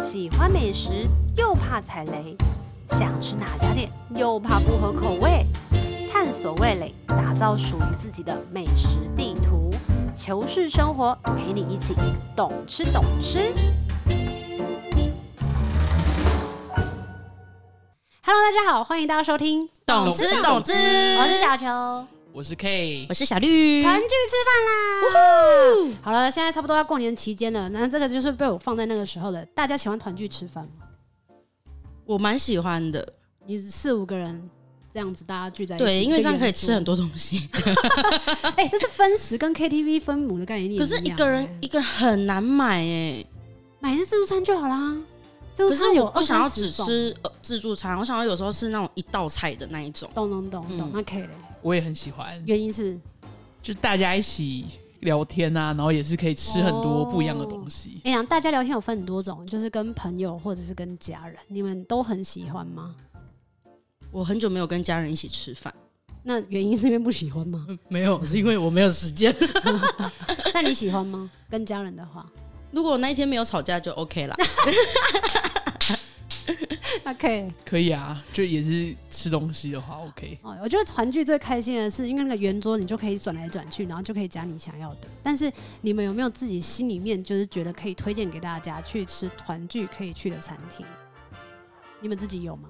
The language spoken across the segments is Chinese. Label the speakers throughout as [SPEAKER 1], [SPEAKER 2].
[SPEAKER 1] 喜欢美食又怕踩雷，想吃哪家店又怕不合口味，探索味蕾，打造属于自己的美食地图，求是生活陪你一起懂吃懂吃。Hello，大家好，欢迎大家收听，
[SPEAKER 2] 懂之懂之，
[SPEAKER 1] 我是小球。
[SPEAKER 3] 我是 K，
[SPEAKER 2] 我是小绿，
[SPEAKER 1] 团聚吃饭啦！好了，现在差不多要过年期间了，那这个就是被我放在那个时候的。大家喜欢团聚吃饭吗？
[SPEAKER 2] 我蛮喜欢的，
[SPEAKER 1] 你四五个人这样子，大家聚在一起，
[SPEAKER 2] 对，因为这样可以吃很
[SPEAKER 1] 多。
[SPEAKER 2] 多东西。
[SPEAKER 1] 哎、这是分食跟 KTV 分母的概念。
[SPEAKER 2] 可是一个人
[SPEAKER 1] 样欸
[SPEAKER 2] 一个人很难买哎，
[SPEAKER 1] 买是自助餐就好啦。自助
[SPEAKER 2] 可是
[SPEAKER 1] 餐有
[SPEAKER 2] 我不想要
[SPEAKER 1] 20
[SPEAKER 2] 只
[SPEAKER 1] 种，
[SPEAKER 2] 吃呃自助餐，我想要有时候吃那种一道菜的那一种。
[SPEAKER 1] 懂懂懂懂
[SPEAKER 2] 嗯。
[SPEAKER 1] 那 K 嘞，
[SPEAKER 3] 我也很喜欢，
[SPEAKER 1] 原因是
[SPEAKER 3] 就大家一起聊天啊，然后也是可以吃很多不一样的东西。
[SPEAKER 1] 哎呀，大家聊天有分很多种，就是跟朋友或者是跟家人，你们都很喜欢吗？
[SPEAKER 2] 我很久没有跟家人一起吃饭，
[SPEAKER 1] 那原因是因为不喜欢 吗？
[SPEAKER 2] 没有，是因为我没有时间。
[SPEAKER 1] 那你喜欢吗？跟家人的话，
[SPEAKER 2] 如果那一天没有吵架就 OK 啦。
[SPEAKER 1] 那 K。
[SPEAKER 3] 可以啊，就也是吃东西的话，OK。
[SPEAKER 1] 哦，我觉得团聚最开心的是，因为那个圆桌你就可以转来转去，然后就可以夹你想要的。但是你们有没有自己心里面就是觉得可以推荐给大家去吃团聚可以去的餐厅？你们自己有吗？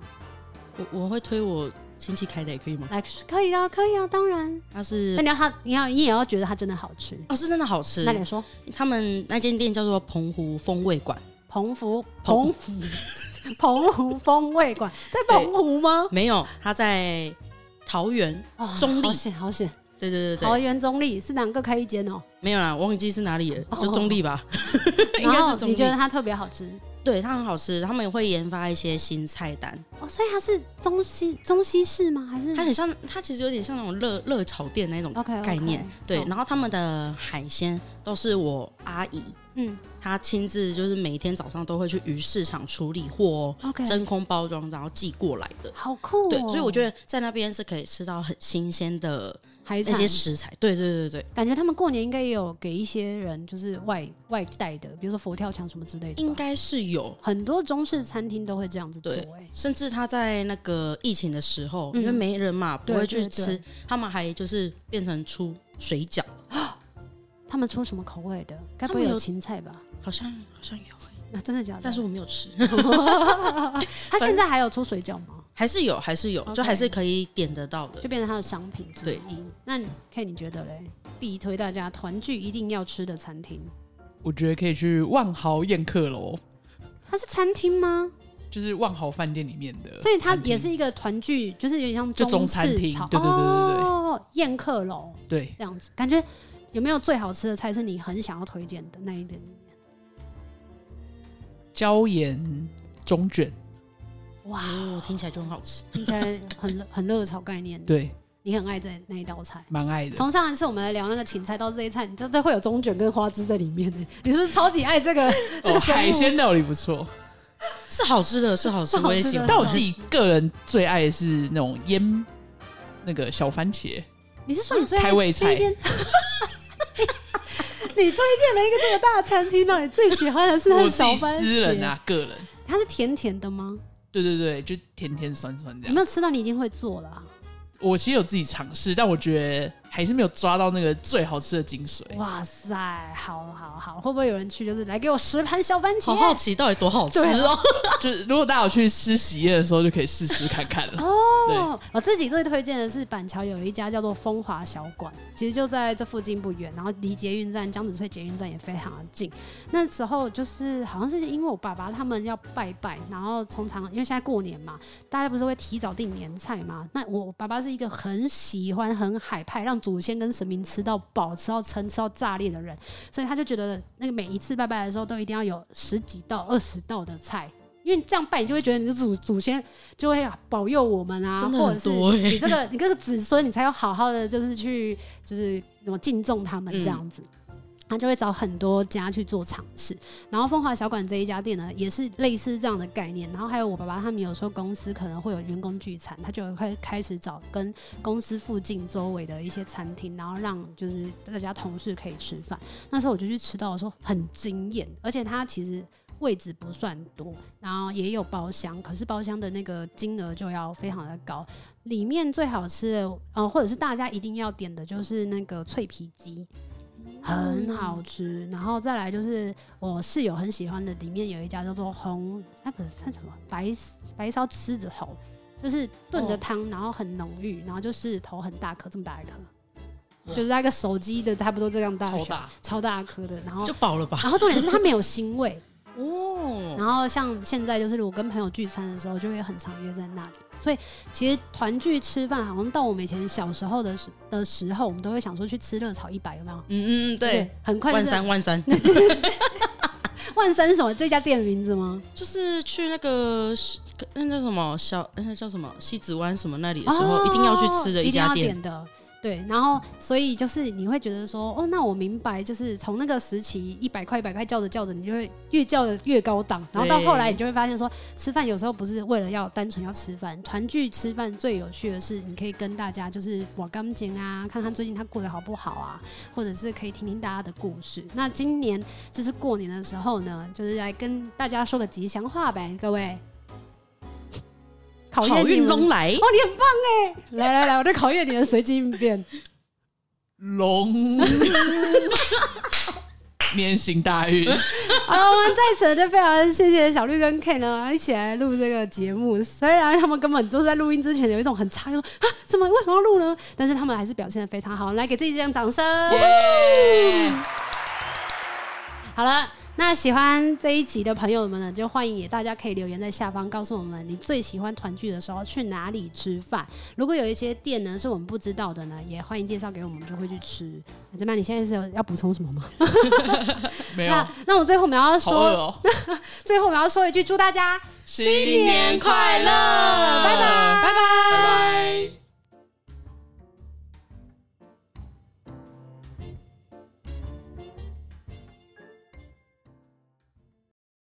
[SPEAKER 2] 我我会推我亲戚开的，也可以吗？
[SPEAKER 1] 来，可以啊，可以啊，当然。
[SPEAKER 2] 他是
[SPEAKER 1] 那你要他，你要你也要觉得它真的好吃。
[SPEAKER 2] 哦，是真的好吃
[SPEAKER 1] 那。你说
[SPEAKER 2] 他们那间店叫做澎湖风味馆，
[SPEAKER 1] 澎湖澎
[SPEAKER 2] 澎
[SPEAKER 1] 湖澎湖 风味馆在澎湖吗？
[SPEAKER 2] 没有，他在桃园。
[SPEAKER 1] 哦
[SPEAKER 2] 中立
[SPEAKER 1] 好险好险，
[SPEAKER 2] 对对对对
[SPEAKER 1] 桃，园中立是两个开一间哦、
[SPEAKER 2] 没有啦，忘记是哪里了，
[SPEAKER 1] 哦
[SPEAKER 2] 就中立吧， 应
[SPEAKER 1] 然
[SPEAKER 2] 该
[SPEAKER 1] 后
[SPEAKER 2] 是中
[SPEAKER 1] 你觉得
[SPEAKER 2] 立。
[SPEAKER 1] 它特别好吃？
[SPEAKER 2] 对，它很好吃，他们也会研发一些新菜单。
[SPEAKER 1] 哦，所以它是中西中西式吗？还是
[SPEAKER 2] 它很像，它其实有点像那种热热炒店那种
[SPEAKER 1] 嗯哦 OK
[SPEAKER 2] 概念。对，
[SPEAKER 1] 后
[SPEAKER 2] 然后他们的海鲜都是我阿姨
[SPEAKER 1] 嗯
[SPEAKER 2] 她亲自，就是每天早上都会去鱼市场处理货、哦
[SPEAKER 1] ，OK，
[SPEAKER 2] 真空包装，然后寄过来的。
[SPEAKER 1] 好酷、哦。
[SPEAKER 2] 对，所以我觉
[SPEAKER 1] 得
[SPEAKER 2] 得在那边是可以吃到很新鲜的
[SPEAKER 1] 海
[SPEAKER 2] 那
[SPEAKER 1] 产
[SPEAKER 2] 些食材。对对对对，
[SPEAKER 1] 感觉他们过年应该也有给一些人就是外外带的，比如说佛跳墙什么之类的吧。
[SPEAKER 2] 应该是有。
[SPEAKER 1] 很多中式餐厅都会这样子做、
[SPEAKER 2] 对
[SPEAKER 1] 哎，
[SPEAKER 2] 甚至他在那个疫情的时候，
[SPEAKER 1] 嗯
[SPEAKER 2] 因为没人嘛，不
[SPEAKER 1] 对
[SPEAKER 2] 会去吃，
[SPEAKER 1] 对对
[SPEAKER 2] 他们还就是变成出水饺，
[SPEAKER 1] 他们出什么口味的？该不
[SPEAKER 2] 他
[SPEAKER 1] 会
[SPEAKER 2] 们有
[SPEAKER 1] 有芹菜 吧？
[SPEAKER 2] 好像好像有，
[SPEAKER 1] 啊，真的假的？
[SPEAKER 2] 但是我没有吃，
[SPEAKER 1] 他现在还有出水饺吗？
[SPEAKER 2] 还是有，还是有
[SPEAKER 1] OK
[SPEAKER 2] 就还是可以点得到的
[SPEAKER 1] 就。变成他的商品之
[SPEAKER 2] 对
[SPEAKER 1] 一。那 K 你觉得嘞？必推大家团聚一定要吃的餐厅，
[SPEAKER 3] 我觉得可以去万豪宴客楼，
[SPEAKER 1] 它是餐厅吗？
[SPEAKER 3] 就是万豪饭店里面的，
[SPEAKER 1] 所以它也是一个团聚，就是有点像
[SPEAKER 3] 就中餐
[SPEAKER 1] 式
[SPEAKER 3] 厅
[SPEAKER 1] 炒
[SPEAKER 3] 对对对对对
[SPEAKER 1] 哦，宴客楼
[SPEAKER 3] 对
[SPEAKER 1] 这样子，感觉有没有最好吃的菜是你很想要推荐的那一点？
[SPEAKER 3] 椒盐中卷，
[SPEAKER 1] 哇，
[SPEAKER 2] 哦，听起来就很好吃。
[SPEAKER 1] 听起来很热很热炒概念，
[SPEAKER 3] 对，
[SPEAKER 1] 你很爱这那一道菜。
[SPEAKER 3] 蛮爱的。哦
[SPEAKER 1] 从上一次我们来聊那个芹菜到这一菜，你真的会有中卷跟花枝在里面呢。 你是不是超级爱这 个这
[SPEAKER 3] 哦，
[SPEAKER 1] 个生物嗯
[SPEAKER 3] 海鲜料理不错，
[SPEAKER 2] 是好吃的，是好吃，
[SPEAKER 1] 是好吃的
[SPEAKER 2] 我也喜欢。
[SPEAKER 3] 但我自己个人最爱的是那种腌那个小番茄
[SPEAKER 1] 你是说你最爱
[SPEAKER 3] 开
[SPEAKER 1] 推
[SPEAKER 3] 胃菜，
[SPEAKER 1] 荐？ 你推荐了一个这个大餐厅呢、你最喜欢的是它
[SPEAKER 3] 我
[SPEAKER 1] 的
[SPEAKER 3] 自
[SPEAKER 1] 小
[SPEAKER 3] 己
[SPEAKER 1] 番
[SPEAKER 3] 私人
[SPEAKER 1] 茄，
[SPEAKER 3] 啊，个人。
[SPEAKER 1] 它是甜甜的吗？
[SPEAKER 3] 对对对，就甜甜酸酸这
[SPEAKER 1] 有
[SPEAKER 3] 样。
[SPEAKER 1] 没有吃到？你已经会做了啊、
[SPEAKER 3] 我其实有自己尝试，但我觉得还是没有抓到那个最好吃的精髓。
[SPEAKER 1] 哇塞，好好好，会不会有人去？就是来给我十盘小番
[SPEAKER 2] 好
[SPEAKER 1] 茄。
[SPEAKER 2] 好奇到底多好吃
[SPEAKER 1] 对
[SPEAKER 2] 哦！
[SPEAKER 3] 就是如果大家有去吃喜宴的时候，就可以试吃看看了。
[SPEAKER 1] 哦，我自己最推荐的是板桥有一家叫做风华小馆，其实就在这附近不远，然后离捷运站江子翠捷运站也非常的近。那时候就是好像是因为我爸爸他们要拜拜，然后通常因为现在过年嘛，大家不是会提早订年菜嘛？那我我爸爸是一个很喜欢很海派，让祖先跟神明吃到饱、吃到撑、吃到炸裂的人，所以他就觉得那个每一次拜拜的时候都一定要有十几道、二十道的菜。因为你这样拜，你就会觉得你的祖祖先就会保佑我们啊，
[SPEAKER 2] 真的
[SPEAKER 1] 或者
[SPEAKER 2] 很
[SPEAKER 1] 是
[SPEAKER 2] 多欸
[SPEAKER 1] 你这个你这个子孙，你才有好好的就是去就是怎么敬重他们这样子。他就会找很多家去做尝试，然后风华小馆这一家店呢，也是类似这样的概念。然后还有我爸爸他们有时候公司可能会有员工聚餐，他就会开始找跟公司附近周围的一些餐厅，然后让就是大家同事可以吃饭。那时候我就去吃到的时候很惊艳，而且它其实位置不算多，然后也有包厢，可是包厢的那个金额就要非常的高。里面最好吃的，呃，或者是大家一定要点的就是那个脆皮鸡，很好吃。然后再来就是我室友很喜欢的，里面有一家叫做红，啊不是它什么白白烧狮子头，就是炖的
[SPEAKER 2] 哦
[SPEAKER 1] 汤，然后很浓郁，然后就是头很大颗，这么大一颗。就是那个手机的差不多这样大
[SPEAKER 3] 超
[SPEAKER 1] 小，
[SPEAKER 3] 大，
[SPEAKER 1] 超大颗的，然后
[SPEAKER 2] 就饱了吧？
[SPEAKER 1] 然后重点是它没有腥味，
[SPEAKER 2] 哦，
[SPEAKER 1] 然后像现在就是我跟朋友聚餐的时候，就会很常约在那里。所以其实团聚吃饭，好像到我们以前小时候的时的时候，我们都会想说去吃热炒一百，有没有？
[SPEAKER 2] 嗯嗯嗯，对，，
[SPEAKER 1] 很快
[SPEAKER 2] 万
[SPEAKER 1] 就是
[SPEAKER 2] 三万三，
[SPEAKER 1] 万三是什么这家店的名字吗？
[SPEAKER 2] 就是去那个那叫什么小那叫什么西子湾什么那里的时候，
[SPEAKER 1] 哦
[SPEAKER 2] 一定要去吃的
[SPEAKER 1] 一定
[SPEAKER 2] 家
[SPEAKER 1] 要
[SPEAKER 2] 店。
[SPEAKER 1] 点的。对，然后所以就是你会觉得说，哦，那我明白，就是从那个时期一百块一百块叫着叫着，你就会越叫的越高档，然后到
[SPEAKER 2] 对
[SPEAKER 1] 后来你就会发现说，吃饭有时候不是为了要单纯要吃饭，团聚吃饭最有趣的是，你可以跟大家就是玩钢琴啊，看看最近他过得好不好啊，或者是可以听听大家的故事。那今年就是过年的时候呢，就是来跟大家说个吉祥话呗，各位， 考验
[SPEAKER 2] 好
[SPEAKER 1] 你
[SPEAKER 2] 运
[SPEAKER 1] 们
[SPEAKER 2] 龙来，
[SPEAKER 1] 哦，你很棒哎！来来来，我在考验你的随机应 变。
[SPEAKER 3] 龙，面行大运，
[SPEAKER 1] 好了，啊我们在此就非常谢谢小绿跟 K 呢，一起来录这个节目。虽然他们根本就是在录音之前有一种很差，就说啊，怎么为什么要录呢？但是他们还是表现的非常好，来给自己这样掌声。嗯
[SPEAKER 3] 哎
[SPEAKER 1] 好了。那喜欢这一集的朋友们呢，就欢迎也大家可以留言在下方告诉我们你最喜欢团聚的时候去哪里吃饭。如果有一些店呢是我们不知道的呢，也欢迎介绍给我们，我们就会去吃。怎么样？你现在是有要补充什么吗？
[SPEAKER 3] 没有，
[SPEAKER 1] 那那我最后我们要
[SPEAKER 3] 好饿
[SPEAKER 1] 说，
[SPEAKER 3] 哦，
[SPEAKER 1] 最后我们要说一句，祝大家
[SPEAKER 2] 新年快乐，
[SPEAKER 1] 拜拜。